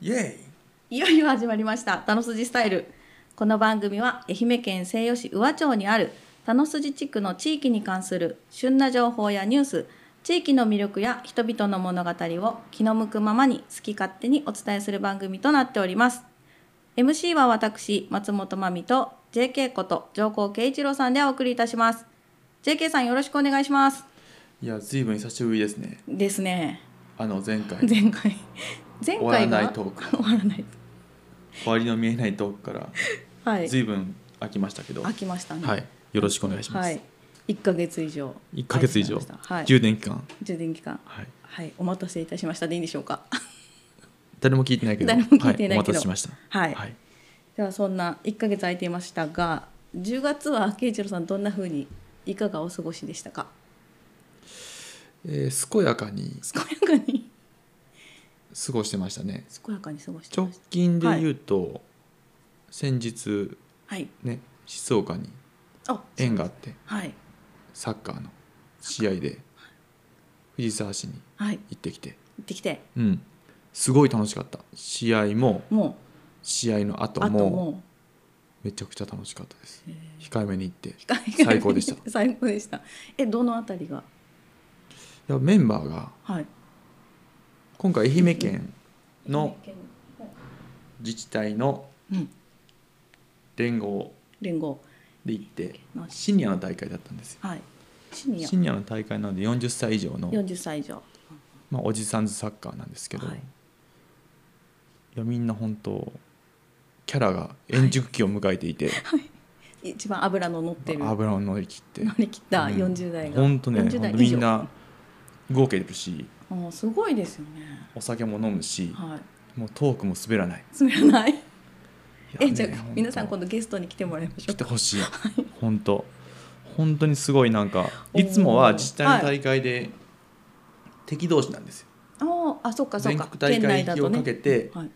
イエいよいよ始まりました「たのすじスタイル」この番組は愛媛県西予市宇和町にあるたのすじ地区の地域に関する旬な情報やニュース地域の魅力や人々の物語を気の向くままに好き勝手にお伝えする番組となっております MC は私松本真美と JK こと上皇慶一郎さんでお送りいたします JK さんよろしくお願いしますイいやずいぶん久しぶりですねですねあの前 回前回前終わら回がないトーク 終わらない終わりの見えないトークからはいずいぶん空きましたけど、飽きましたねはいよろしくお願いします、はい、1ヶ月以上一1ヶ月以上、開催しましたはい、充電期間充電期間はいはいお待たせいたしましたでいいんでしょうか 誰も聞いてないけど誰も聞いてないけはどい、お待たせしましたはいはい、ではそんな1ヶ月空いていましたが10月は慶一郎さんどんな風にいかがお過ごしでしたかえー健やかに健やかに過ごしてましたね健やかに過ごして直ました近で言うと、先日はいね静岡にあ縁があってはいサッカーの試合で藤沢市にはい行ってきて行ってきてうんすごい楽しかった試合もも試合の後うあとももめちゃくちゃ楽しかったですうえ控えめに行っていー最高でし 最高でしたえどのあたりがやメンバーがはい今回愛媛県の愛媛県自治体のうん連合連合で行ってのシニアの大会だったんですよはいシニアシニアの大会なので40歳以上の、 40歳以上まあ、おじさんずサッカーなんですけど、はいい、やみんな本当キャラが円熟期を迎えてい て、一番脂の乗ってる油を乗り切って乗り切ったうん40代が、本当ね40代ほんと以み上んな動けてるしもうすごいですよねお酒も飲むしはいもうトークも滑らない滑らないいやえじゃねあほと皆さん今度ゲストに来てもらいましょ来うてほ しい本当本当にすごいなんかいつもは自治体の大会で敵同士なんですよ、あああそっかそっ全か国大県内会だ費をとねかけて、はい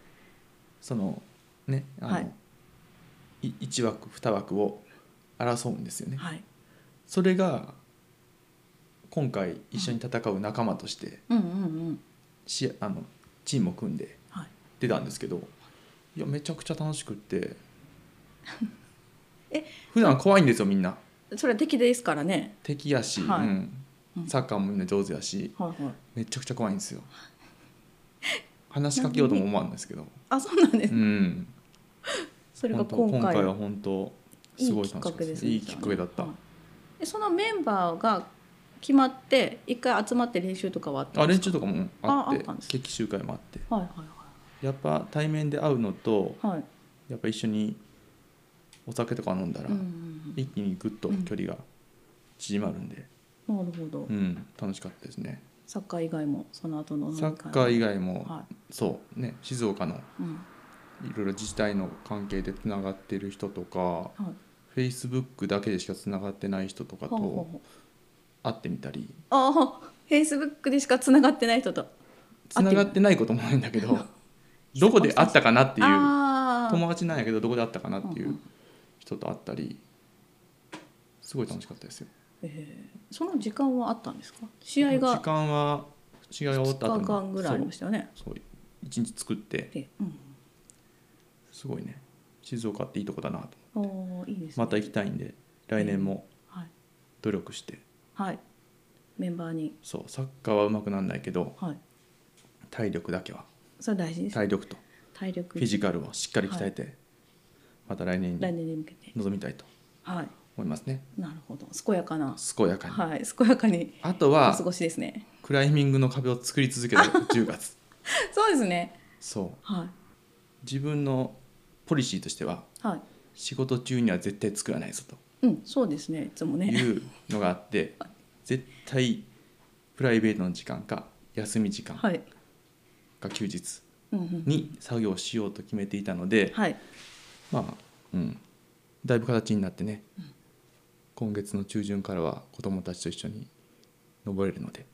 そのねあの、、はい1枠2枠を争うんですよね、はいそれが今回一緒に戦う仲間としてうんうんうんしあのチームを組んではい出たんですけどいやめちゃくちゃ楽しくって え普段怖いんですよみんなそれは敵ですからね敵やし、はいうんうんサッカーもみんな上手やしはいはいめちゃくちゃ怖いん ですよ話しかけようとも思わんですけど、あそうなんです、うん、それが本当今今回回は本当すごい楽しかったですねいいきっかけだった、はいえそのメンバーが決まって一回集まって練習とかはあったあんで連すか中とかもあっああてったんです決起集会もあってはいはいやっぱ対面で会うのとはいはいやっぱ一緒にお酒とか飲んだら、うんうん一気にグッと距離が縮まるんで、うんなるほどうん楽しかったですねサッカー以外もその後の飲みサ会ッカー以外も、はそうね静岡のい、うんいろいろ自治体の関係でつながってる人とかはい、フェイスブックだけでしかつながってない人とかほうほうとほう会ってみたりああ、フェイスブックでしかつながってない人と。つながってないこともないんだけ どどこで会ったかなっていうああ、友達なんやけどどこで会ったかなっていうんうう人と会ったりすごい楽しかったですよえーその時間はあったんですか。試合時が間は試合が終わった後2に日間ぐらいありましたよね。そうそう一日作ってで、うん、すごいね静岡っていいとこだなとおーいいですね。また行きたいんで来年もはい、努力してはい、メンバーに、そうサッカーはうまくなんないけどはい、体力だけはそれ大事です。体力と体力フィジカルをしっかり鍛えて、また来年来に年に向けて、臨みたいとはい、思いますねなるほど、健やかな、健やかに、はい、健やかにあとおは過ごしですね。クライミングの壁を作り続けた10月そうですね。 そうは、自分のポリシーとしてはいはい、仕事中には絶対作らないぞうん、そうですね。いつもとね。いうのがあって絶対プライベートの時間か休み時間か はい、休日うんうん、に作業しようと決めていたのではい、まあうんだいぶ形になってね今月の中旬からは子どもたちと一緒に登れるので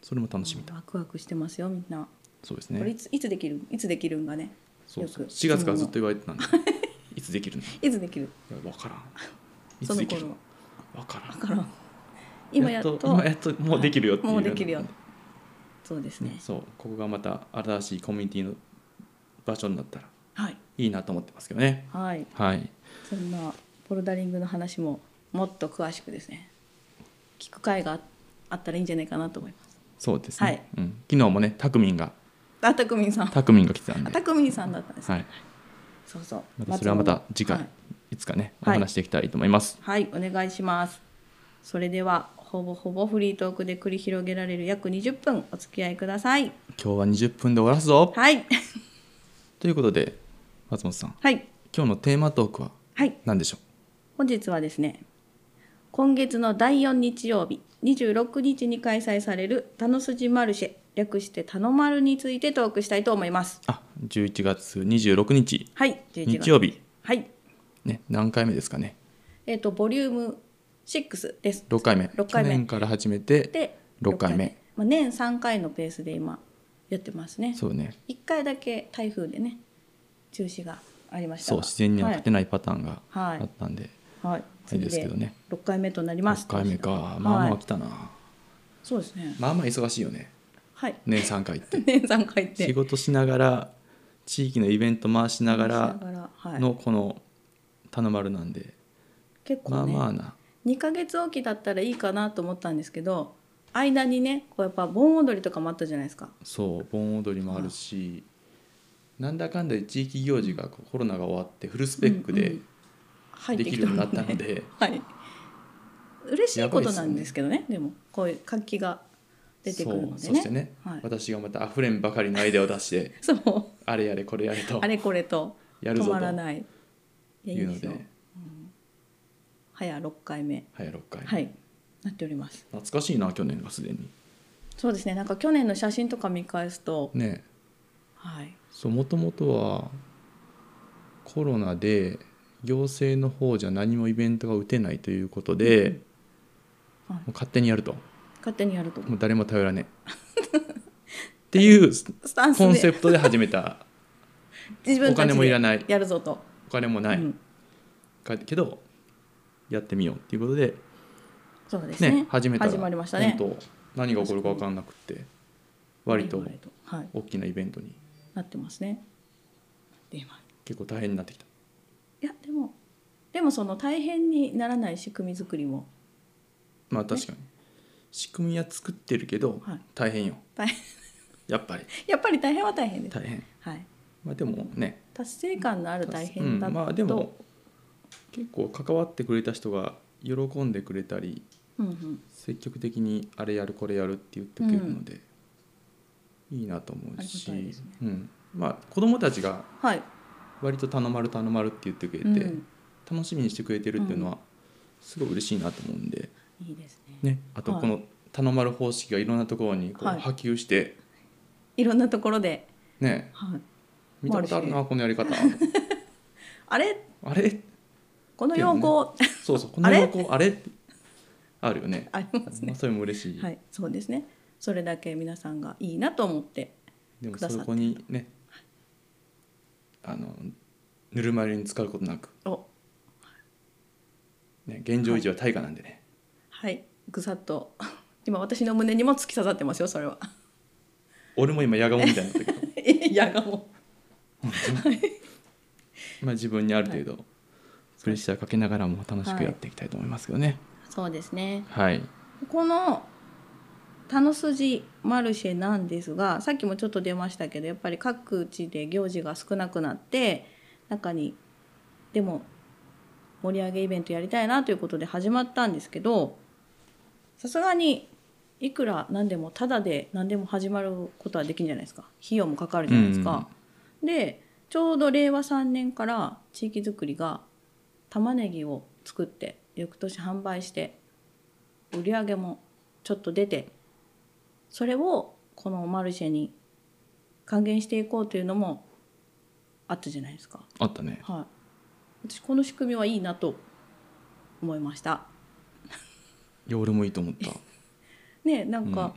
それも楽しみだワクワクしてますよ、みんな。そうですこれねいついつできるいつできるんがねそうそうよく4月からずっと言われて たんでいつできるのいいつできるや分 からんいそつのできる頃の分からん だから今やっと今やっともうできるよっていうもうできるよそうですねそうここがまた新しいコミュニティの場所になったらはいいいなと思ってますけどねはいはいそんなボルダリングの話ももっと詳しくですね聞く会がああったらいいんじゃないかなと思いますそうですね、はいうん、昨日もねたくみんがあたくみんさんたくみんが来てたんあで、たくみんさんだったんですね、はい、そうそうまたそれはまた次回、はいい、つかねおはい話しできたらいいと思います、はい、お願いします。それでは、ほぼほぼフリートークで繰り広げられる約20分お付き合いください。今日は20分で終わらすぞはい、ということで松本さんはい、今日のテーマトークははい、何でしょ本日はですね。今月の第4日曜日26日に開催される「たのすじマルシェ」略して「たのまる」についてトークしたいと思います。うあ11月26日はい、11月日曜日はい、ね何回目ですかねえっ、とボリューム6です。 6回目六回目去年から始めてで、六回目六まあ、年3回のペースで今やってますね。そうね一回だけ台風でね中止がありましたそうが自然には勝てないパターンがはいあったんで、はい、はい、あれですけどね6回目となります6回目はかいまあまあ来たな、そうですねまあまあ忙しいよねはい年3回って 年3回って仕事しながら地域のイベント回しながらしながらはい、のこの頼まるなんで、結ま構あね、まあな2ヶ月おきだったらいいかなと思ったんですけど間にねこうやっぱ盆踊りとかもあったじゃないですかそう盆踊りもあるしなんだかんだで地域行事がこうコロナが終わってフルスペックうんでうん入ってでききたるようになったので、はい嬉しいことなんですけどねでもこういう活気が 出てくるのでそうそしてねね、はい私がまたあふれんばかりのアイデアを出して そうあれやれこれやれとあれこれとやる止ぞまらとないいやいいいうでのすでよ早6回目早6回、はいなっております懐かしいな去年がすでにそうですねなんか去年の写真とか見返すと、ねはい、そうもともとはコロナで行政の方じゃ何もイベントが打てないということで、うんはいもう勝手にやると勝手にやるともう誰も頼らねえっていうスタンコンスセでプトで始めた 自分おた金ちもいでらないやるぞと、お金もない、うん、かけどやってみようっていうことでそうですねね始めたら始まりましたね本当何が起こるか分かんなくって割と割とはい大きなイベントになってますねで今結構大変になってきたいやでもでもその大変にならない仕組み作りもまあ確かに仕組みは作ってるけどはい大変よ大変やっぱりやっぱり大変は大変です、大変はい、まあでもね達成感のある大うん変だと、まあでも結構関わってくれた人が喜んでくれたりうんうん、積極的にあれやるこれやるって言ってくれるので、いいなと思うし、ありがたいですねうん、まあ子供たちがはい、割と頼まる頼まるって言ってくれて、うん、楽しみにしてくれてるっていうのはすごい嬉しいなと思うんで、いいですねね、あとはいこの頼まる方式がいろんなところにこうはい波及して、いろんなところで、ねはい、見たことあるまなこのやり 方あれあれこの用語、そうそうこあのれ横あれってあるよね ありますまねあ、。それも嬉しい、はい、そうですね。それだけ皆さんがいいなと思って、でもくださそってこにねあのぬるま湯に使うことなく、お、ね、現状維持は大価なんでね、はい、ぐさっと今私の胸にも突き刺さってますよ。それは。 俺も今やがもみたいになったけどえいやがもまあ自分にある程度プレッシャーかけながらも楽しくやっていきたいと思いますけどねう。そうですね。はい、この田の筋マルシェなんですが、さっきもちょっと出ましたけど、やっぱり各地で行事が少なくなって、中にでも盛り上げイベントやりたいなということで始まったんですけどさすがにいくら何でもタダで何でも始まることはできんじゃないですか費用もかかるじゃないですか。でちょうど令和3年から地域づくりが玉ねぎを作って翌年販売して売り上げもちょっと出てそれをこのマルシェに還元していこうというのもあったじゃないですか。あったねはい、私この仕組みはいいなと思いました。いや俺もいいと思ったねなんか、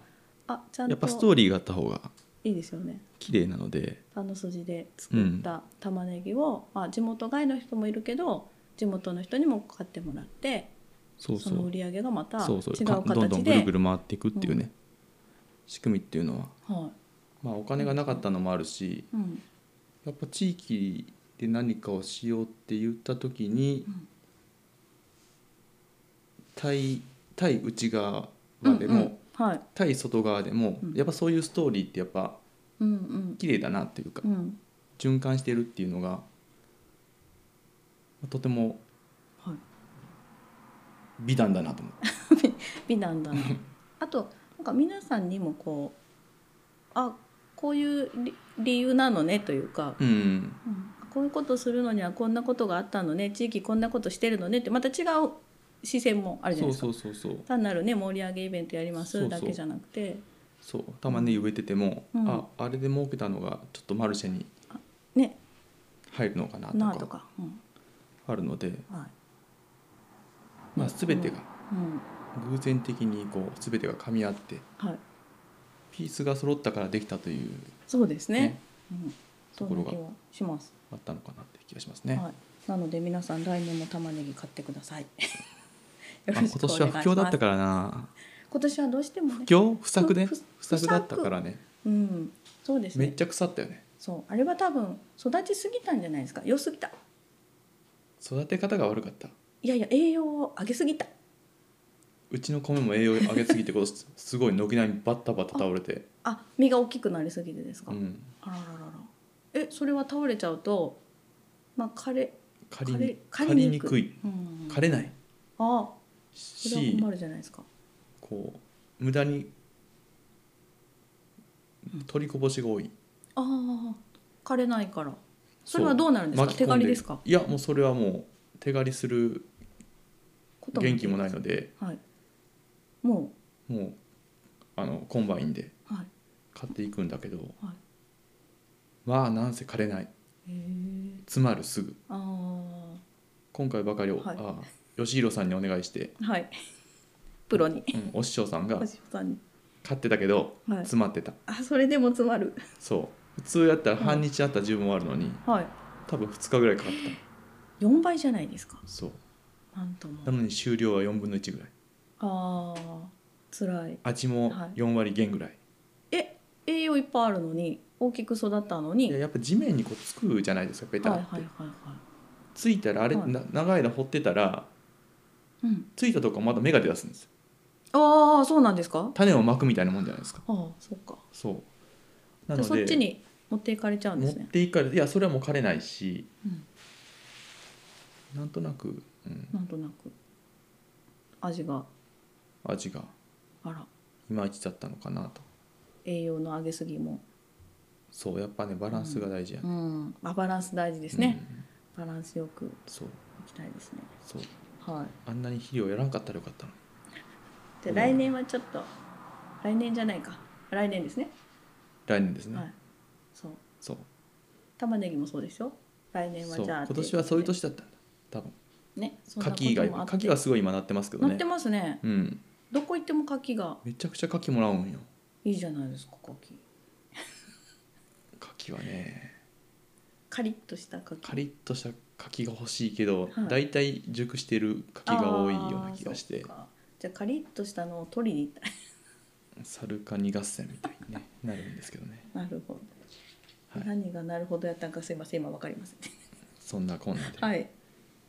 あちゃんやっぱストとーリーがあった方がいいですよね。綺麗なのであの筋で作った玉ねぎを、まあ、地元外の人もいるけど地元の人にも買ってもらってそうそその売うり上げがまた違そううそう形でかどんどんぐるぐる回っていくっていうね、仕組みっていうのは、はまあ、お金がなかったのもあるしいうんやっぱ地域で何かをしようって言った時に、うん対対内側でも、うんうん、はい、対外側でも、うんやっぱそういうストーリーってやっぱうんうん綺麗だなっていうか、うん循環してるっていうのがとてもはい、美談だなと思 って美なんだなあとなんか皆さんにもこうあこういう理理由なのねというか、うんうんこういうことするのにはこんなことがあったのね地域こんなことしてるのねってまた違う視線もあるじゃなそいうですそかうそうそう単なるね盛り上げイベントやりまそうそすうだけじゃなくてそう玉ねぎ植えてても、うんああれで儲けたのがちょっとマルシェにね入るのかなとなかあとか、うんあるので、はいまあ、全てがうん偶然的にこう全てが噛み合ってはい、ピースが揃ったからできたというそうですねねうん、とそこんろなが気はします、あったのかなって気がしますね。はい、なので皆さん来年も玉ねぎ買ってくださいよろまあ、し今くお願いします年は不況だったからな今年はどうしてもね不況不作ね不不作だったからねうんそうですめっねちゃ腐ったよねそうあれは多分育ちすぎたんじゃないですか良すぎた育て方が悪かったいやいや栄養を上げすぎたうちの米も栄養上げすぎてことすすごい軒並みバッタバタ倒れてあ身が大きくなりすぎてですか、うんあららららえそれは倒れちゃうとまあ枯れ刈りに枯刈れりにくいうん枯れないあそれはし困るじゃないですかこう無駄に取りこぼしが多いああ枯れないからそれはどうなるんですか巻き込手刈りですかいやもうそれはもう手刈りすること元気もないのではいももうあのコンバインでうはい買っていくんだけど、はいまあなんせ枯れないへえ詰まるすぐああ今回ばかりを、はいあ吉弘さんにお願いして、はい プロにうん、お師匠さんがお師匠さんに買ってたけどはい詰まってたあそれでも詰まるそう普通やったら半日あったら十分終わるのに、はい多分2日ぐらいかかって4倍じゃないですかたそうなんともなのに終了は4分の1ぐらいああ辛い味もはい4割減ぐらい、え栄養いっぱいあるのに大きく育ったのいにややっぱ地面にこうつくじゃないですかペタって、はいはいはいはついたらあれ、はいな長い間掘ってたらい。うん。ついたとこまだ芽が出だすんですよああそうなんですか。種をまくみたいなもんじゃないですかああそうか。そうなじゃあのそっでちに持っていかれちゃうん持でっすね。ていかれていやそれはもう枯れないしうん。なんとなく、うん、なんとなく味が味があらいまいちだったのかなと栄養の上げすぎも。そうやっぱねバランスが大事やうね、ん。まあバランス大事ですね。バランスよくいうんそうきたいですね。そうはい。あんなに肥料やらんかったらよかったのにじゃあ来年はちょっと来年じゃないか。来年ですね。来年ですね、はい。そう。そう玉ねぎもそうでしょ。来年はそうじゃあ今年はそういうと年だったんだ多分ね。そんな牡こと蠣以外もあって牡蠣はすごい今なってますけどなっねてますね。うんどこ行っても牡蠣がめちゃくちゃ牡蠣もらうんよいいじゃないですか牡蠣。牡蠣はねカリッとした牡蠣カリッとした牡蠣が欲しいけど、はいだいたい熟してる牡蠣が多いような気がしてあーそうかじゃあカリッとしたのを取りに行ったサルカニ合戦みたいに、ね、なるんですけどね なるほど、はい何がなるほどやったんかすいません今わかり ませんそんなこんなで、はい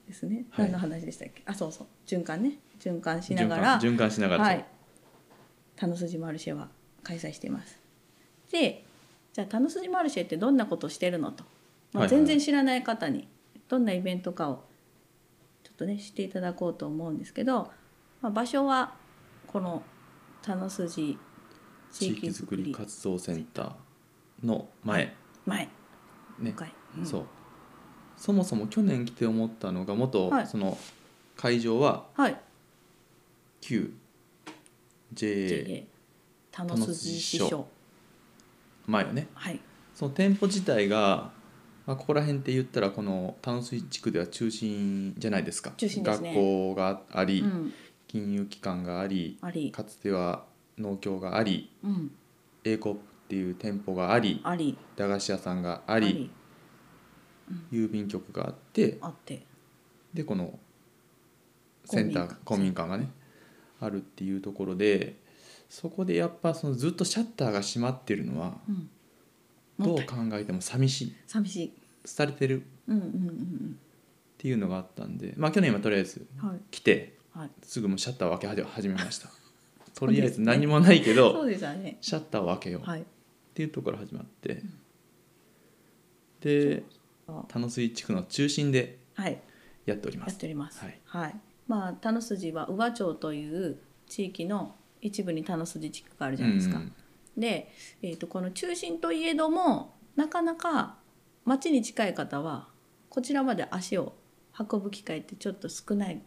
ですね、はい何の話でしたっけあそうそう循環ね循環しながら循環循環しながら、はい田の筋マルシェは開催していますでじゃあ田の筋マルシェってどんなことしてるのと、まはあ、いはいは全い然知らない方にどんなイベントかをちょっとね知っていただこうと思うんですけど、まあ、場所はこの田の筋地域づくり活動センターの前前ね、向かいそううそもそも去年来て思ったのが元、はいその会場はんはい、旧 JA JA 田の筋支田所前よねはいその店舗自体が、まあ、ここら辺って言ったらこの淡水地区では中心じゃないですか中心ですね学校があり、うん金融機関がありありかつては農協がありうんエーコップっていう店舗がありあり駄菓子屋さんがあありり郵便局があってあってでこのセンター公公民民館がねあるっていうところでそこでやっぱそのずっとシャッターが閉まってるのはうんどもうっ考たいないえても寂しい寂しい廃れてるっうんうんていうのがあったんでまあ去年はとりあえずうんうんはい来てはいすぐもうシャッターを開け始めま したとりあえず何もないけど、そうですよねシャッターを開けようっはいていうところから始まって、でそう田野水地区の中心ではいやっておりまやっすておりますはい、まあ田野筋は宇和町という地域の一部に田野筋地区があるじゃないですか、うんで、えー、とこの中心といえどもなかなか町に近い方はこちらまで足を運ぶ機会ってちょっと少ない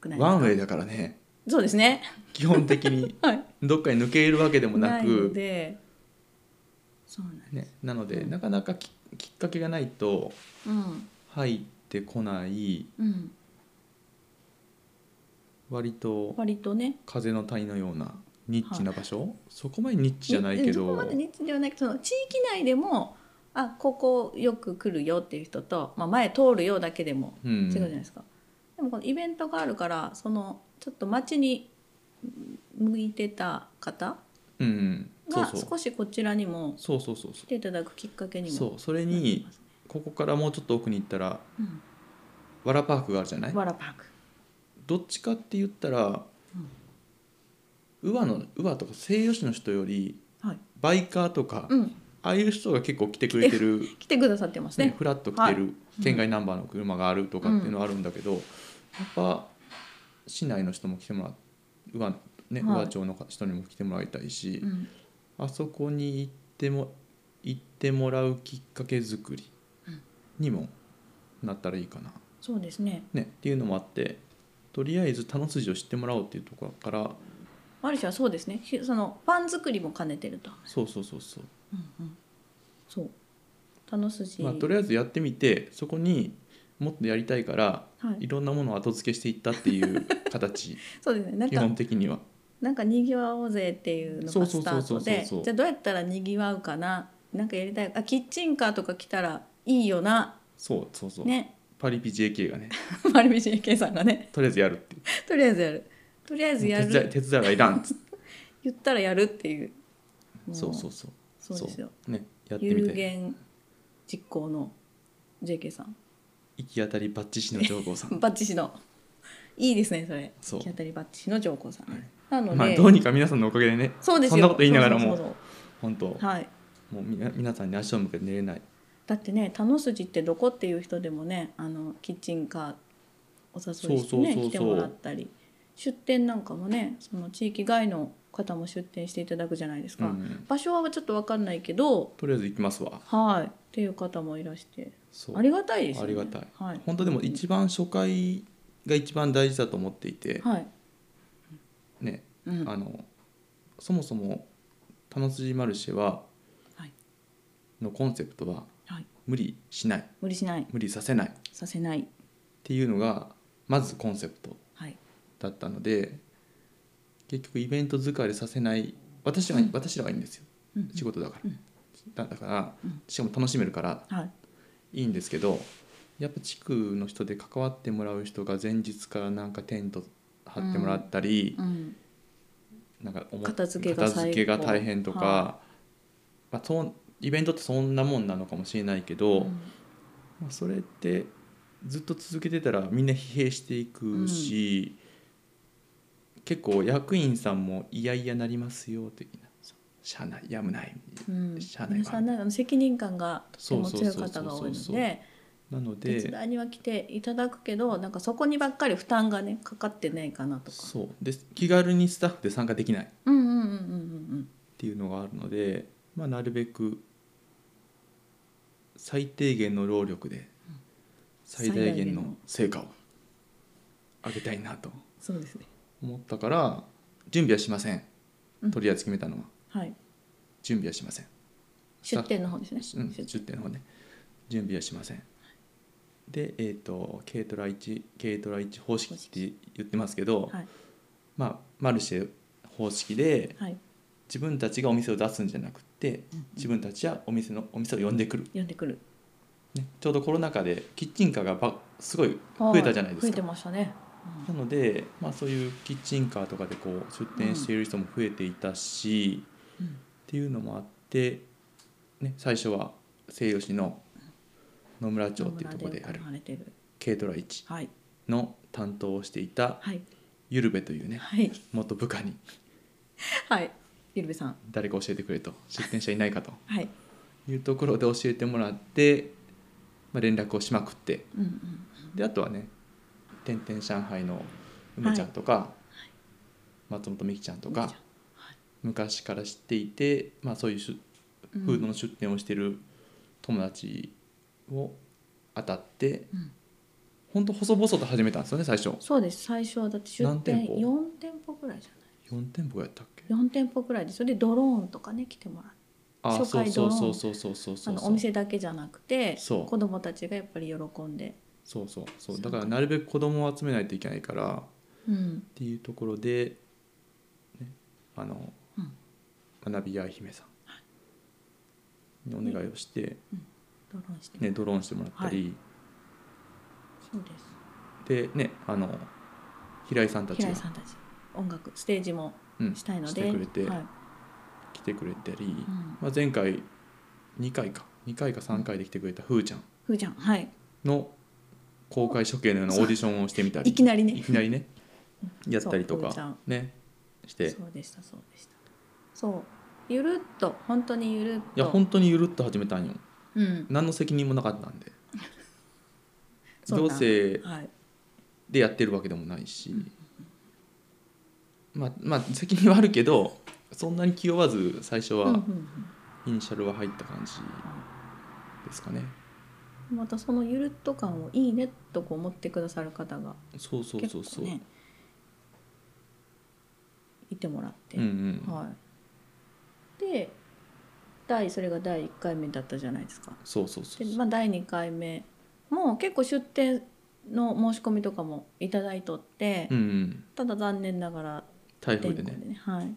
くないですかワンウェイだからねそうですね基本的にはいどっかに抜け入るわけでもなないのくでそうなんね、なので、うんなかなかききっかけがないとうん入ってこないうん割と割とね風の谷のようなニッチな場所、そこまでニッチじゃないけそこどまで日常ではないけどその地域内でもあここよく来るよっていう人と、まあ、前通るよだけでもう違うじゃないんですか、でもこのイベントがあるからそのちょっと街に向いてた方うんそうがそう少しこちらにもそうそうそう来ていただくきっかけにそうもそうそれなりにますねここからもうちょっと奥に行ったらうんわらパークがあるじゃないわらパークどっちかって言ったら宇和、の宇和とか西予市の人よりはい、バイカーとか、うん、ああいう人が結構来てくれてる、来てくださってますねねフラッと来てる県外ナンバーの車があるとかっていうのはあるんだけど、やっぱ市内の人も来てもらう宇和,、ねはい宇和町の人にも来てもらいたいし、うんあそこに行っても行ってもらうきっかけ作りにもなったらいいかな、そうですねね、っていうのもあってとりあえず田の筋を知ってもらおうっていうところからある種はそうですねひそのファン作りも兼ねてると、そうそうそうそううんうん、そう楽しい、まあ、とりあえずやってみてそこにもっとやりたいからはいいろんなものを後付けしていったっていう 形そうですねなん基か本的にはなんかにぎわおうぜっていうのそうがそうスタそうそーうトでそうそうじゃあどうやったらにぎわうかななんかやりたいあキッチンカーとか来たらいいよなそうそうそう、ね パリピ JK がね丸道 JK さんがねとりあえずやるっていうとりあえずやるとりあえずや手伝いる手伝いはいらんっつって言ったらやるっていうもそうそうそうそうですよねやってみ有て言実行の JK さん行き当たりばっちしの上 皇さんバッチシのいいですねそれそう行き当たりバッチシの上皇さん、はいなので、まあどうにか皆さんのおかげでねそうですよんなこと言いながらもそうそうそう本当そうはいもうみな皆さんに足を向けて寝れないだってね「田の筋ってどこ?」っていう人でもねあのキッチンカーお誘いしてねそうそうそうそう来てもらったり出店なんかもねその地域外の方も出店していただくじゃないですか、うん場所はちょっと分かんないけどとりあえず行きますわはいっていう方もいらしてそうありがたいですあよりねがたい、はい、本当でも一番初回が一番大事だと思っていて、はいねうん、あのそもそも「玉筋マルシェは」はいのコンセプトははい無理しない無理しない無理させないっさせないていうのがまずコンセプトはいだったので結局イベント疲れさせない私は、私らがいいんですようん仕事だから、うんだだからうんしかも楽しめるからはいいいんですけどやっぱ地区の人で関わってもらう人が前日からなんかテント張ってもらったり、うんなんか思っ片付けが最高片付けが大変とか、はまあ、そうイベントってそんなもんなのかもしれないけど、うんまあ、それってずっと続けてたらみんな疲弊していくし、結構役員さんもいやいやなりますよ的な社内やむないうんしゃあないわ皆さんねあの責任感がとても強そいうそうそ方うそうがそう多いのでなの手で伝いには来ていただくけどなんかそこにばっかり負担がねかかってないかなとかそうで気軽にスタッフで参加できないっうんうんうんうんうんていうのがあるので、まあ、なるべく最低限の労力で最大限の成果を上げたいなとそうですね思ったから準備はしませんうんとりあえず決めたのははい準備はしません、出店の方ですねうん、出10点の方ね準備はしませんでえっ、と軽トラ1軽トラ1方式って言ってますけど、はいまあマルシェ方式ではい自分たちがお店を出すんじゃなくて自分たちはお店のお店を呼んでくる、呼んでくるね、ちょうどコロナ禍でキッチンカーがばすごい増えたじゃないですはか増えてましたねなので、まあ、そういうキッチンカーとかでこう出店している人も増えていたし、うんっていうのもあってね、最初は西予市の野村町っていうところである行われてる軽トラ市はいの担当をしていたはいゆるべというねはい元部下にはいゆるべさん誰か教えてくれと出店者いないかとはいいうところで教えてもらって、まあ、連絡をしまくってうんうんであとはね「てんてん上海」の梅ちゃんとか、松本美希ちゃんとか梅ちゃんはい昔から知っていて、まあ、そういうしうゅんフードの出店をしてる友達を当たって、うんほんと細々と始めたんですよね最初そうです最初はだって出何店店舗4店舗ぐらいじゃ4店舗やったっけない4店舗ぐらいでそれでドローンとかね来てもらってあ初そ回うそうドロそーンうそうそうそうあそうのお店だけじゃなくてそう子供たちがやっぱり喜んでそうそうそそううだからなるべく子供を集めないといけないからうんっていうところで、ね、あの、うん学び屋姫さんにお願いをして、ドローンしてね、ドローンしてもらったり、そうですでねあの平井さんたち平が井さんたち音楽ステージもうんしたいのしでてくれて、はい来てくれたり、うん、まあ、前回2回か2回か3回で来てくれたふーちゃんふーちゃんはいの公開処刑のようなオーディションをしてみたりいきなりねいきなりねやったりとそうふーちゃかんねしていそうでしたそうでしたそうゆるっと本当にゆるっとや本当にゆるっと始めたんようん何の責任もなかったんで そうどなんうせはいでやってるわけでもないし、まあまあ責任はあるけどそんなに気負わず最初うんうんはうんイニシャルは入った感じですかね、またそのゆるっと感をいいねとこう思ってくださる方がそうそう結そうそ構う、ねいてもらって、うんうん、はいで第それが第1回目だったじゃないですかそうそうそでう、まあ、第2回目も結構出店の申し込みとかもいただいとって、うんうんただ残念ながら台風天で候ねはい、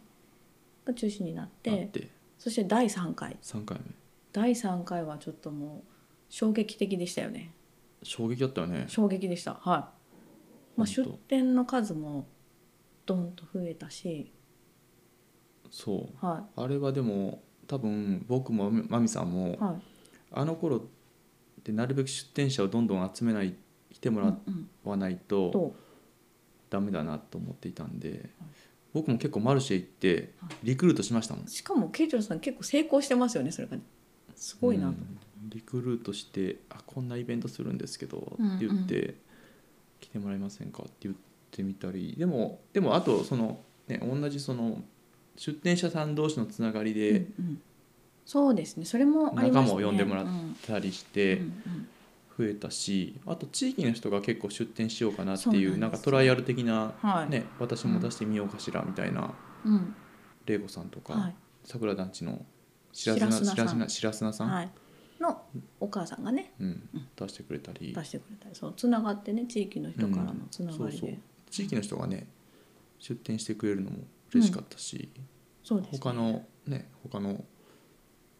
が中止になっあっててそして第3回3回目第3回はちょっともう衝撃的でしたよね衝撃だったよね衝撃でしたはい、まあ、本当出店の数もドンと増えたし、そうはあれはでも多分僕もマミさんもいはいあの頃ってなるべく出店者をどんどん集めない来てもらうんうんわないと、とダメだなと思っていたんで僕も結構マルシェ行ってリクルートしましたもんしかも慶長さん結構成功してますよねそれがねすごいなと、うんリクルートして「あこんなイベントするんですけど」うんうんって言って「来てもらえませんか?」って言ってみたりでもでもあとそのね同じその出店者さん同士のつながりうんでうんそうですねそれもありま仲すね間を呼んでもらっうんたりしうんてうん増えたしあと地域の人が結構出店しようかなっていそうなんでうすなんかトライアル的なはい、ね私も出してみようかしらみたいなうん玲子さんとはかい桜団地の白砂白砂さ白ん砂白砂さん、はい、のお母さんがねうん、出してくれたり出してくれたりそうつながってね地域の人からのつながりで、うんそうそう地域の人がね出店してくれるのも嬉しかったし、そうですね他のね他の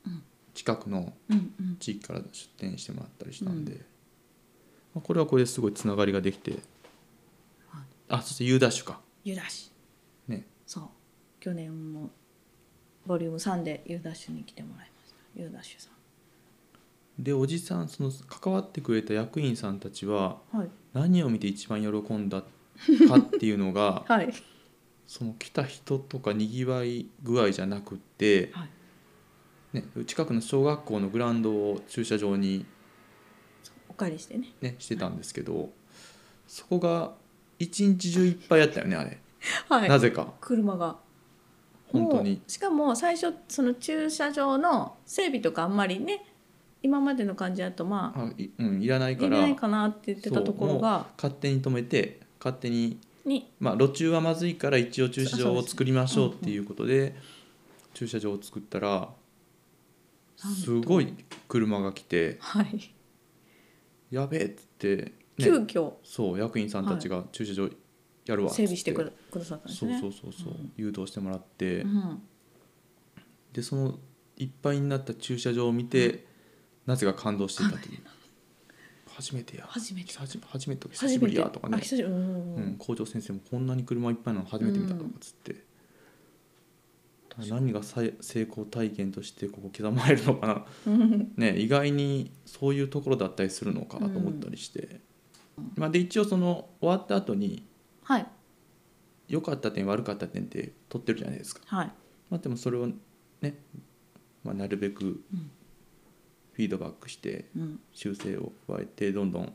うん近くのうんうん地域から出店してもらったりしたんで、まあ、これはこれですごいつながりができて、はいあそして U ダッシュかゆだしねそう去年もボリューム3でゆだしに来てもらいましたゆだしさでおじさんその関わってくれた役員さんたちはんはい何を見て一番喜んだかっていうのがはいその来た人とかにぎわい具合じゃなくって、はいね、近くの小学校のグラウンドを駐車場に、そうお借りしてねね、してたんですけどそこが一日中いっぱいあったよねあれ、はいなぜか車が本当にもうしかも最初その駐車場の整備とかあんまりね今までの感じだとまああい,、うん、いらないいからないかなって言ってたところが勝手に止めて勝手に、にまあ、路中はまずいから一応駐車場を作りましょうそうっですねていうことで駐車場を作ったらなんとすごい車が来てはい「やべえ」っつって、急ね、遽そう役員さんたちが駐車場やるわっつって整備してくだくださったんですそうねそうそうそう、うん誘導してもらって、うんでそのいっぱいになった駐車場を見てなぜか感動していたという初めてや初めて久し初めて久しぶりやとかあね久しぶりうんうんうん、校長先生もこんなに車いっぱいなの初めて見たとかっつって、何がさい成功体験としてここ刻まれるのかな、うんね、意外にそういうところだったりするのかと思ったりして、まあ、で一応その終わった後にはい良かった点悪かった点って取ってるじゃないですか、はいまあ、でもそれをね、まあ、なるべくうんフィードバックしてうん修正を加えてどんどん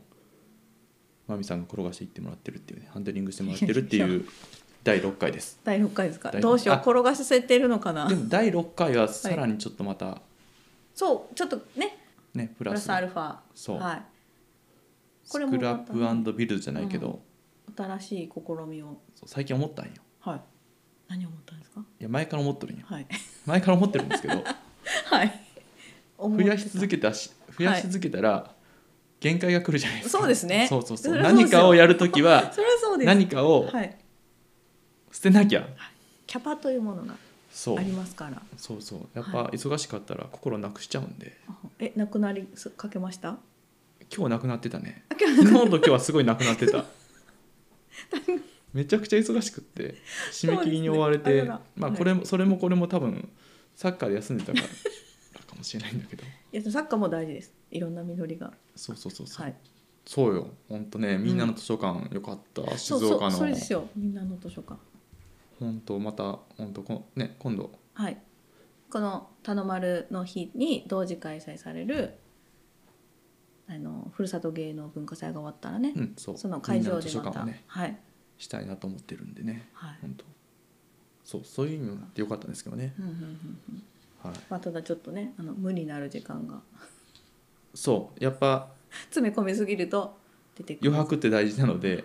マミさんが転がしていってもらってるっていうねハンドリングしてもらってるっていう第6回です第6回ですか第六どうしようあ転がさせてるのかなでも第6回はさらにちょっとまたそうちょっとねねププララススアルファそうはい、これスもクまたラねップビルドじゃないけど、う新しい試みをそう最近思ったんよはい何を思ったんですかいや前から思ってるんよ はい前から思ってるんです けどはい思っ増てたやし続けたし増やし続けたら、限界が来るじゃないですかそうですねそうそうそうそれはそうで何すよかをやるときはそれはそうです何かをはい捨てなきゃ、キャパというものがそうありますからそうそうやっぱ忙しかったら心なくしちゃうんでえなくなりすかけました 今日なくなってたね今日昨日と今日はすごいなくなって ためちゃくちゃ忙しくって締め切りに追われそうでて、すねあららまあはいこれも、それもこれも多分サッカーで休んでたからかもしれないんだけどいやサッカーも大事ですいろんな実りがそうそうそうそう、はいそうよほんとねみんなの図書館よかった、静そうそ岡うのそれですよみんなの図書館ほんとまたほんとこね今度はいこの「たのまる」の日に同時開催されるあのふるさと芸能文化祭が終わったらね、うんそうその会みんな場の図で書ま館た、をねはいしたいなと思ってるんでねはい、ほんとそうそういう意味もあってよかったんですけどね、うんうんうんうんはい、まあ、ただちょっとねあの無になる時間がそうやっぱ詰め込みすぎると出てくる余白って大事なので、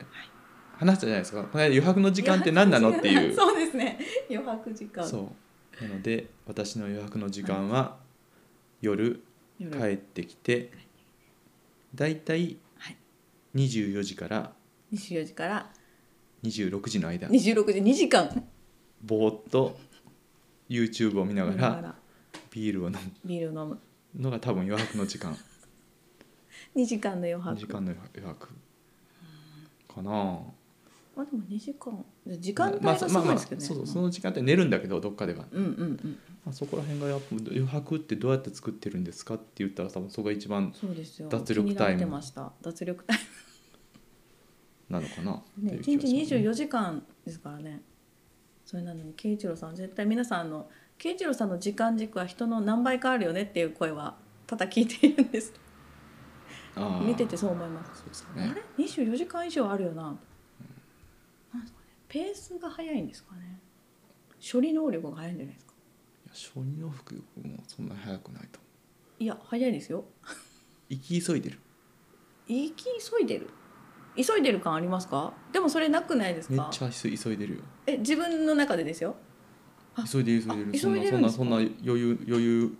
話したじゃないですかこの間余白の時間って何なのっていう そうですね余白時 間そうなので私の余白の時間は夜夜帰ってきてだいたいはい24時から24時から26時の間26時2時間ぼーっと YouTube を見なが見ながららビールを飲ビールを飲むむのが多分余白の時間2時間の 余2白時間の余白かなあまあでも2時間時間帯まあがすごいですけどねそうそうその時間って寝るんだけどどっかではうんうんうんまあ、そこら辺がやっぱ余白ってどうやって作ってるんですかって言ったら多分そこが一番そうですよ脱力タイム気になってました脱力タイなのかなってムいねう気1がしますね日24時間ですからねそれなのに慶一郎さん絶対皆さんあの慶一郎さんの時間軸は人の何倍かあるよねっていう声はただ聞いているんですああ見ててそう思いますそうですかあねれ24時間以上あるよな,、なんですかねペースが早いんですかね処理能力が早いんじゃないですかいや小児の服もそんなに早くないといや早いですよ行き急いでる行き急いでる急いでる感ありますかでもそれなくないですめっかちゃ急いでるよえ自分の中でですよあ急いでる急いでるそんなあ急いでそるんんでなすかそんな余裕余裕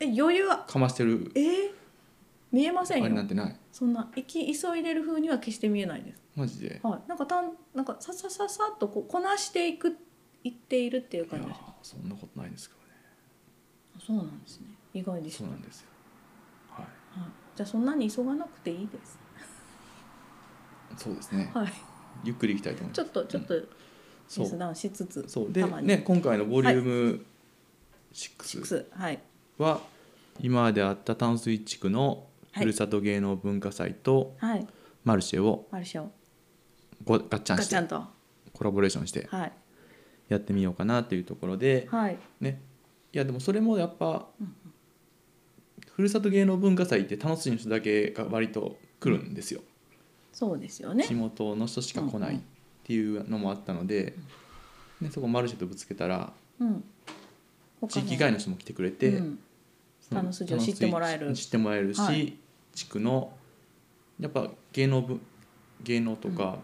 え余裕はかましてるえー見えまあせんれなよんてないそんな行き急いでる風には決して見えないですマジではいなんかたんなんかささささっとこうこなしていく行っているっていういや感じですそんなことないんですけどねそうなんですね意外でしそうたなんですよはいはい、じゃあそんなに急がなくていいです。そうですねはい、ゆっくり行きたいと思いますちょっとちょっとそう決断しつつ、そうでたまにね今回のボリュームシッ6クスはいは今まであった淡水地区のはいふるさと芸能文化祭とはいマルシェをマルシェをごガッチャンガしチャてンとコラボレーションしてはいやってみようかなというところではいねいやでもそれもやっぱうんうんふるさと芸能文化祭って楽しい人だけが割と来るんですよそうですよね地。元の人しか来ないっていうのもあったのでねそこマルシェとぶつけたらうん。他地の域外の人も来てくれて、うんその楽しいを知ってもらえる楽しい知ってもらえるし、はい地区のやっぱ芸能ぶ芸能とか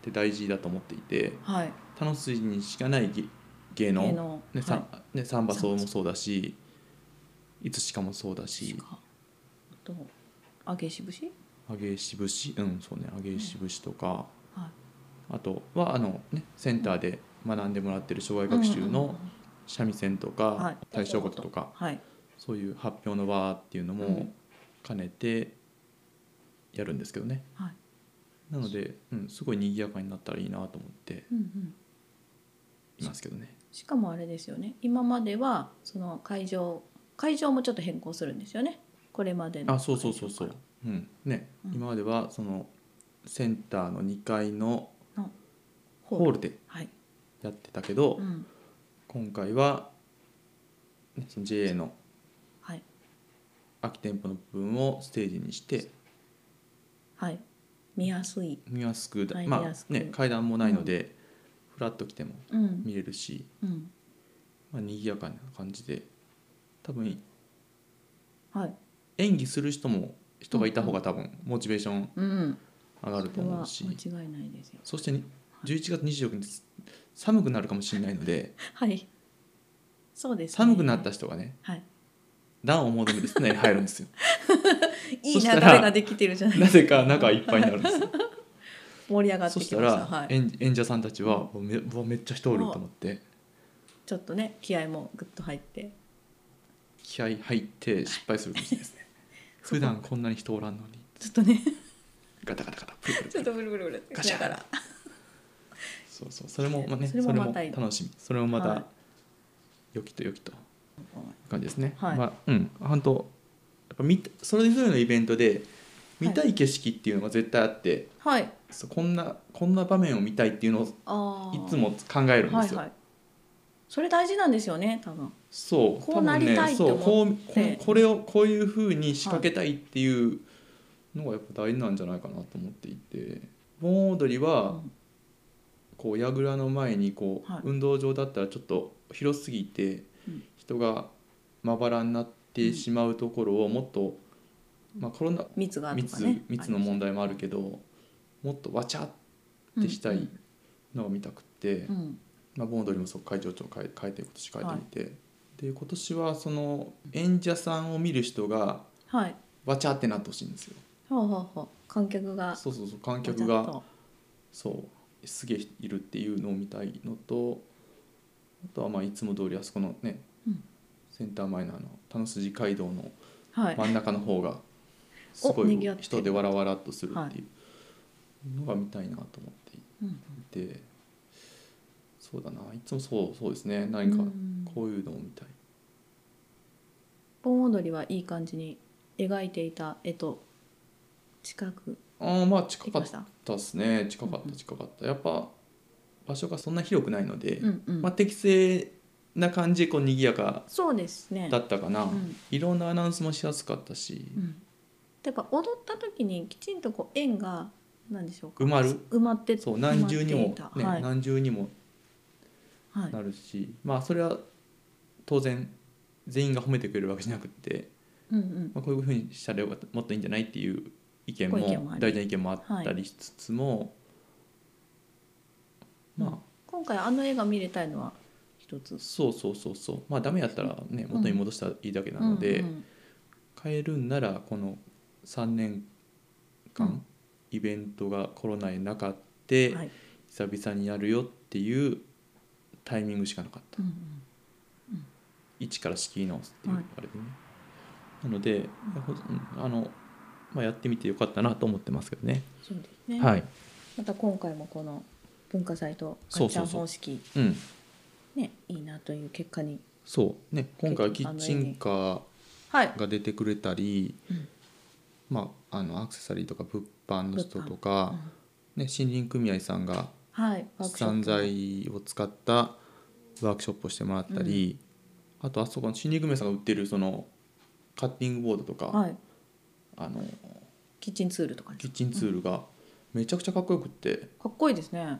って大事だと思っていて、はい楽しいにしかない芸芸能芸能ねさはねサンバソウもそうだしいつしかもそうだししかあと揚げしぶし揚げしぶしうんそうね揚げしぶしとか、はあとはあの、ね、センターで学んでもらってる障害学習うんうんうんうのん三味線とはかい大正琴とかはいそういう発表の場っていうのうもん兼ねてやるんですけどね、はいなので、うん、すごい賑やかになったらいいなと思ってうんうんいますけどねしかもあれですよね今まではその会場会場もちょっと変更するんですよねこれまでのあそうそうそうそう会場か、うんねうん今まではそのセンターの2階のらホホーールルではい、やってたけど、うん今回は、ね、その JA のはい空き店舗の部分をステージにしてはい、見やすい、見やすくだ、はい見まやすあくね階段もないので、ふらっと来てもうん見れるし、うんまあ賑やかな感じで多分はい演技する人も人がいた方が多分モチベーションうん、上がるとそれは思うし、間違いないですよ。そしてに11月26日寒くなるかもしれないのではい。そうです、寒くなっ。た人がねはい。暖を求めて室内に入るん ですよいいそ流しれたらができてるじゃないでなすか。ぜか中いっぱいになるんですよ盛り上がってそしきたました。はらい。演演者さんたちはうわめうわめっちゃ人おると思ってちょっとね、気合もぐっと入って。気合入って失敗するかもしれないです ね普段こんなに人おらんのにちょっとね、ガタガタガタプルプル ちプょルっとブルブルブルってしながら。そうそうそれもまあねそそれれももまた楽しみそれもまはいた良きと良きと感じですね、はいまあうん本当やっぱ見たそれぞれのイベントで見たい景色っていうのが絶対あって、はい。そうこんなこんな場面を見たいっていうのをいああ。つも考えるんはでいすよ、はい。それ大事なんですよね、多分。そうこうなりたいって多分ねそう思ってこうここれをこういうふうに仕掛けたいっていうのがやっぱ大事なんじゃないかなと思っていて盆踊りうはんこう櫓の前にこう、はい運動場だったらちょっと広すぎてうん人がまばらになってしまうところをもっと、まあ、コロナ密がとか密ね。密の問題もあるけどもっとわちゃってしたういんのを見たくって。うんうんまあ、盆踊りもそう会場長を変え変えて今年変えてみて、で今年はその演者さんを見る人がはい。わちゃってなってほしいんですよほうほうほう。観客が。そうそうそう観客ちょっがとそうすげえいるっていうのを見たいのとあとはまあいつも通りあそこのね、うんセンター前のあの田野筋街道のはい。真ん中の方がすごにいぎわってる人でわらわらっとするっていうのが見たいなと思っていうんてそうだないつもそうそうですね何かうんこういうのを見たい。盆踊りはいい感じに描いていた絵と近くああまあで近きかまっした。たですね近かうっんうたん近かったやっぱ場所がそんな広くないので、うんうんまあ、適正な感じでこう賑やかそうですね。だったかな、うんいろんなアナウンスもしやすかったし、うん、やっぱ踊った時にきちんとこう円が何でしょうか埋まる埋まってそう何重にも、埋まっていねたはい、何重にもはいなるし、まあそれは当然全員が褒めてくれるわけじゃなくて、うんうんまあ、こういうふうにしたらよかったもっといいんじゃないっていう意見ごも意見もあり大事な意見もあったりしつつも、まあ今回あの絵が見れたいのは一つそうそうそうそうまあダメやったらね元に戻したらいいだけなので、うんうん変えるんならこの3年間、うんイベントがコロナになかって、はい久々にやるよっていうタイミングしかなかったうんうん一から仕切り直すっていうはいあれでね、なので、ほうんあの、まあ、やってみてよかったなと思ってますけどね、そうですね、はい、また今回もこの文化祭とガそッうチそャンうそう方式うん、ねいいなという結果にそうね今回はキッチンカーはいが出てくれたり、うんまあ、あのアクセサリーとか物販の人とか、ね、森林組合さんがはいワークショップ散財を使ったワークショップをしてもらったり、あとあそこの森林組合さんが売ってるそのカッティングボードとか、はいあのキッチンツールとかですキッチンツールがめちゃくちゃかっこよくって、かっこいいですね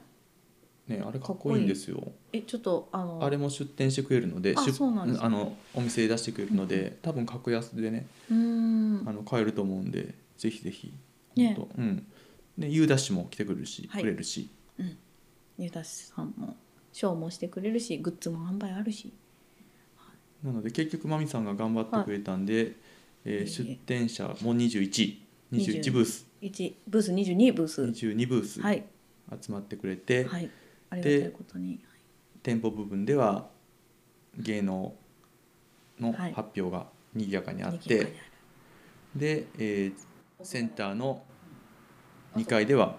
ね、あれかっこいいんですよ。えちょっとあのあれも出店してくれるのであ出そうなんですねあのお店で出してくれるので、多分格安でねうーんあの買えると思うんでぜひぜひねほんとうんで U ダッシュも来てくれるし、はいくれるしゆたしさんもショーもしてくれるしグッズも販売あるしなので結局マミさんが頑張ってくれたんで、えーいえいえ出店者も2121 21ブース1ブース22ブース22ブースはい集まってくれて、はいありがたいことに店舗部分では芸能のはい発表が賑やかにあっにぎて、やかにで、えーセンターの2階では、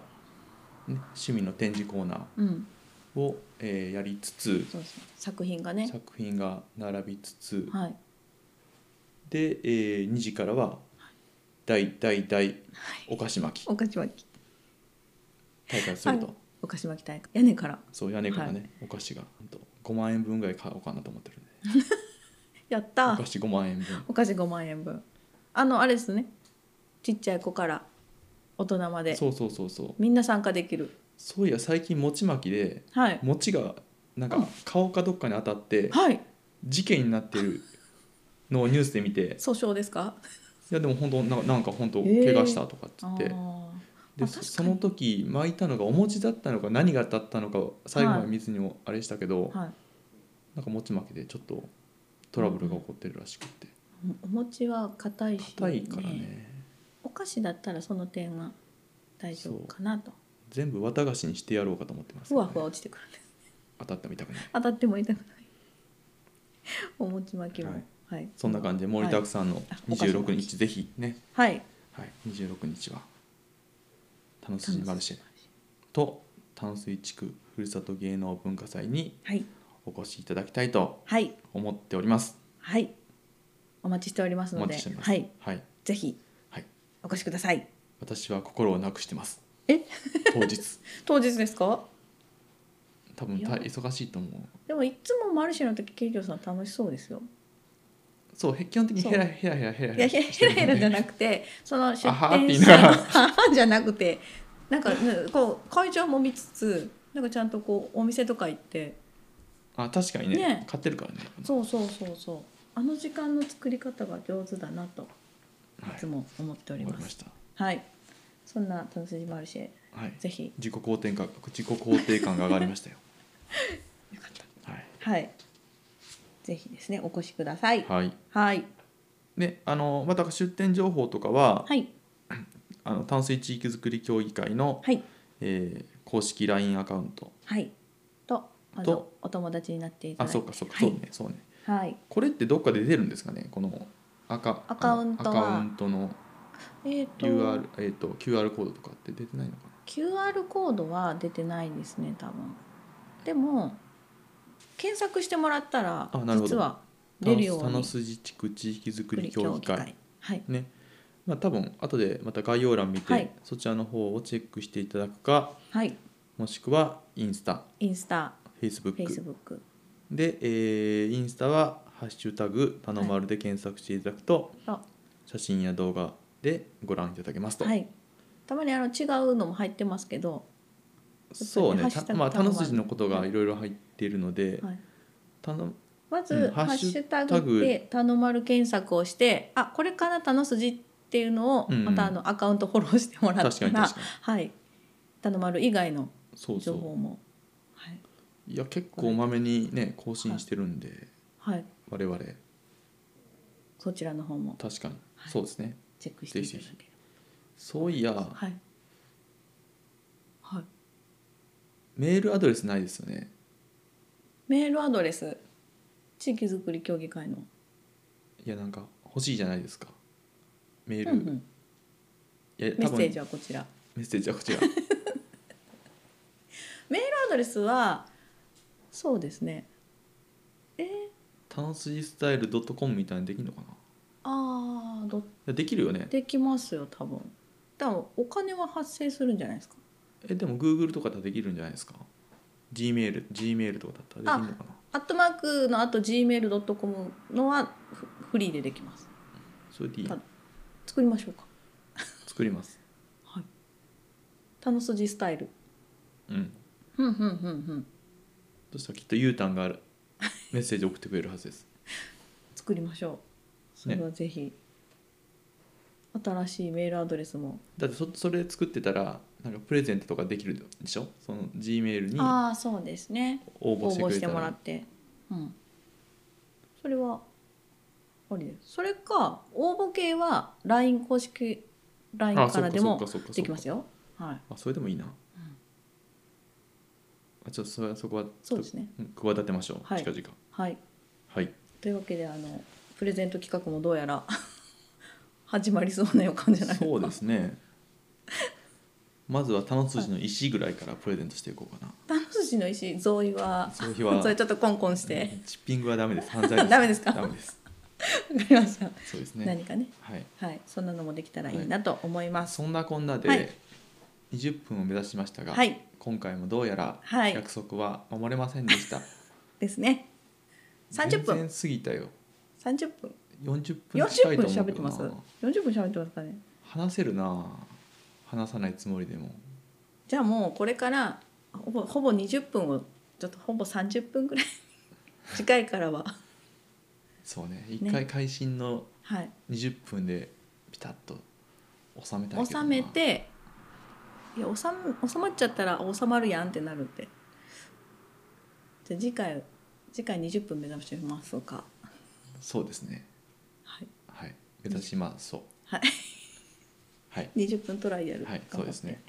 ね、趣味の展示コーナーあるうんを、えーやりつつそうですね作品がね作品が並びつつはいで、えー2時からは「大大大お菓子巻きお菓子巻き」大会すると、はお菓子巻き大会屋根からそう屋根からね、お菓子がほんと5万円分ぐらい買おうかなと思ってるんでやっおた菓子5万円分お菓子5万円分あのあれですねちっちゃい子から大人までそうそうそうそうみんな参加できるそういや最近餅巻きではい餅がなんうんか顔かどっかに当たってはい事件になってるのをニュースで見て訴訟ですかいやでも本当なんかなんか本当へー怪我したとかっつって、あーであ確かそにその時巻いたのがお餅だったのか何がだったのか最後まで見ずにもあれしたけど、はいなんか餅巻きでちょっとトラブルが起こってるらしくてお餅は硬いし、硬いからねお菓子だったらその点は大丈夫かなと全部綿菓子にしてやろうかと思ってますけふどわね、ふわ落ちてくるんです当たっても痛くない当たっても痛くないお餅巻きもはいはいそんな感じで盛りだくさんのあお菓子巻26き日、ぜひね、はいはい、26日は楽しみマルシェと淡水地区ふるさと芸能文化祭にはいお越しいただきたいとはい思っております。はいお待ちしておりますおの待でちしております。はい、はい、ぜひはいお越しください私は心をなくしてます。え当日、当日ですか多分た忙しいと思う。でもいつもマルシェの時ケイリョウさん楽しそうですよそう、へ基本的にそうヘラヘラヘラヘラいやヘラヘラヘラじゃい。なく てその出あはーって店言いなが者らの母じゃなくてなんかねこう会場も見つつなんかちゃんとこうお店とか行ってあ、確かにね、ね買ってるからね。そうそうそうそうあの時間の作り方が上手だなとはいいつも思っておりわかまりますした。はいそんな楽しみマルシェはい。ぜひ自己肯定感、自己肯定感が上がりましたよ。 よかっはい。たはいぜひですねお越しくださいはい。はいで、あの、また出店情報とかは、はいあの淡水地域づくり協議会の、はいえー公式 LINE アカウントはいとあのとお友達になっていたあだいそてうかそうか、はいそうねそうねはいこれってどっかで出るんですかねこのアカアカウントあはのアカウントのえっ、と UR、えー、と QR コードとかって出てないのか QR コードは出てないですね多分でも検索してもらったらあなるほど実はな出るよう田に野筋地区地域づくり協議協会議会はいまあ、多分後でまた概要欄見て、はいそちらの方をチェックしていただくかはいもしくはインスタインスタフェイスブフェッイスクブックで、えーインスタは「ハッシュタグたのまる」で検索していただくと、あ写真や動画でご覧いただけますと、はいたまにあの違うのも入ってますけどそうね、ハッシュたタグまあ、たの楽まる筋のことがいろいろ入っているので、はいたのまず、うんハハッッシシュュタタググで「たのまる」検索をしてあこれかな「たのすじ」っていうのをうんうんまたあのアカウントフォローしてもらっ確かたにら確かに、はい「たのまる」以外のそう情そ報もはい、う。いや、結構まめにね、更新してるんで、はい、我々、そちらの方も確かに、はいそうですね。チェックしていただければそういや、はいはいメールアドレスないですよね。メールアドレス地域づくり協議会のいや、なんか欲しいじゃないですか。メール、うんうんいや、メ多ッ分セージはこちらメッセージはこ ちら。メールアドレスはそうですねたのすじスタイル .com みたいにできるのかな。いああどっやできるよね。できますよ多分でもお金は発生するんじゃないですかえ、でも Google とかだったらできるんじゃないですか。Gmail、Gmail とかだったらできるのかな。アットマークのあと gmail.com のはフフリーでできますそれでいいた。作りましょうか作ります。たのすじスタイルうん。ふんふんふんふんそしたらきっとゆうたんがメッセージ送ってくれるはずです。作りましょうそれはぜひ、新しいメールアドレスもだってそそれ作ってたらなんかプレゼントとかできるでしょその G メールにああそうですね応募応してく募れしてたもらっらて、うん、それはありですそれか応募系は LINE 公式 LINE あかそっらかでそっもかそっかできますよよはいあそれでもいいな、あちょっとそれはそこはそうですねうん企てましょう、はい近々はいはいというわけであのプレゼント企画もどうやら 始まりそうな予感じゃないそう ですねまずは楽しみの石ぐらいからプレゼントしていこうかなたの筋の石贈与は贈与は それちょっとコンコンしてチッピングはダメです。犯罪 ダメですかダメです。わかりました、そうですね。何かねはい。はいそんなのもできたらいいなと思いますそんなこんなはでい20分を目指しましたが、はい今回もどうやらはい約束は守れませんで した。ですね30分全然過ぎたよ。 30分40分近40いと思うけ分喋ってどまなす。40分喋ってますかね話せるな。話さないつもりでも。じゃあもうこれからほぼほぼ20分をちょっとほぼ30分 ぐらい次回からはそうね。一回会心のはい20分でピタッと収めたいけどな収めていや収め収まっちゃったら収まるやんってなるんでじゃあ次回次回20分目指しますかそうですね。はいはい。目指します。そう。はいはい。 20分トライアルはい。そ頑う張でっすてね。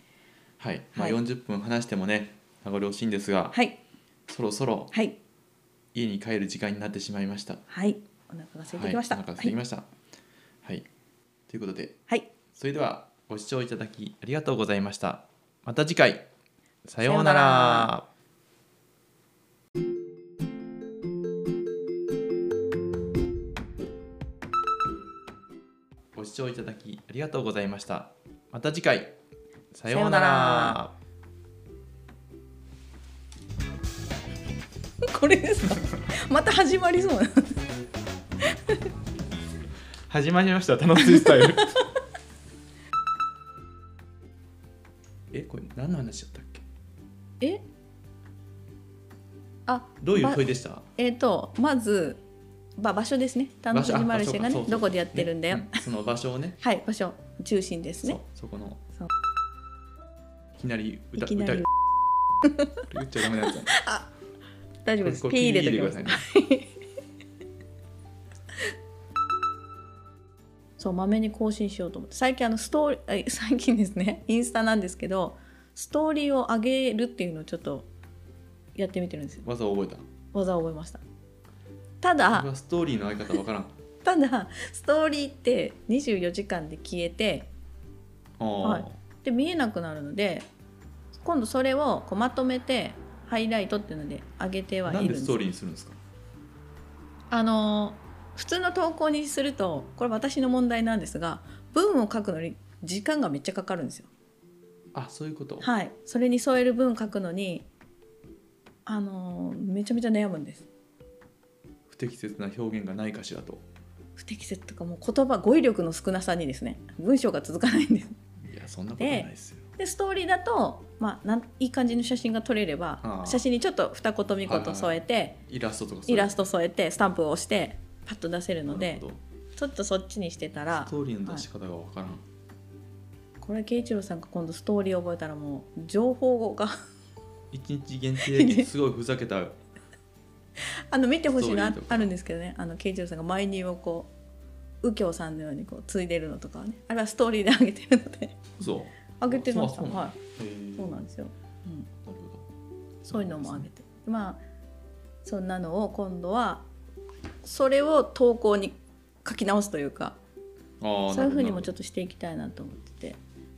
はい。まあはい40分話してもね、名残惜しいんですが、はいそろそろはい家に帰る時間になってしまいました。はいお腹が空いてきましたはい、お腹が空はいてきいました。はい、ということで、はいそれではご視聴いただきありがとうございました。また次回。さようさようなならら。ご視聴いただきありがとうございました。また次回。さようなさようならら。これです かまた始まりそうな始まりました楽しいスタイル えこれ何の話だったっけえあどういうば問いでしたえっ、とまず、まあ、場所ですねタノスジマルシェがあそうねかどこでやってるんだよ、ねうその場所をねはい場所中心ですねそうそこのそういきなり歌いきなり歌言っちゃダメなやつだね大丈夫ですこピれー入れことれき聞いてくださいますねそうまめに更新しようと思って最近あのストーリー 最近ですねインスタなんですけどストーリーを上げるっていうのをちょっとやってみてるんですよ技を覚えた技を覚えましたただ僕はストーリーの相方わからんあただストーリーって24時間で消えてあー、はいで見えなくなるので今度それをこうまとめてハイライトっていうので上げてはいるなんんでですストーリーにするんですかあの普通の投稿にするとこれ私の問題なんですが文を書くのに時間がめっちゃかかるんですよ。あそういうことはい、それに添える文書くのにあのめちゃめちゃ悩むんです。不適切な表現がないかしらと不適切とかもう言葉語彙力の少なさにですね文章が続かないんです。いやそんなことないですよでストーリーだと、まあ、なんいい感じの写真が撮れればあー写真にちょっと二言三言添えて、イラストとかイラストト添えてスタンプを押してパッと出せるのでちょっとそっちにしてたらストーリーの出し方がわからん、これ慶一郎さんが今度ストーリー覚えたらもう情報 が一日限定 ですごいふざけたあの見てほしいのあストーリーとかあるんですけどねあの慶一郎さんが毎日をこう右京さんのようにこう継いでるのとかはねあれはストーリーで上げてるの でそう上げてましたそうそうなんはだへいえそうななんるですよ、うん、ほどそういうのも上げてまあそんなのを今度はそれを投稿に書き直すというかああそういうふうにもちょっっとしていきたいなと思ってて、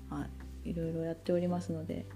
はい、いろいろやっておりますので。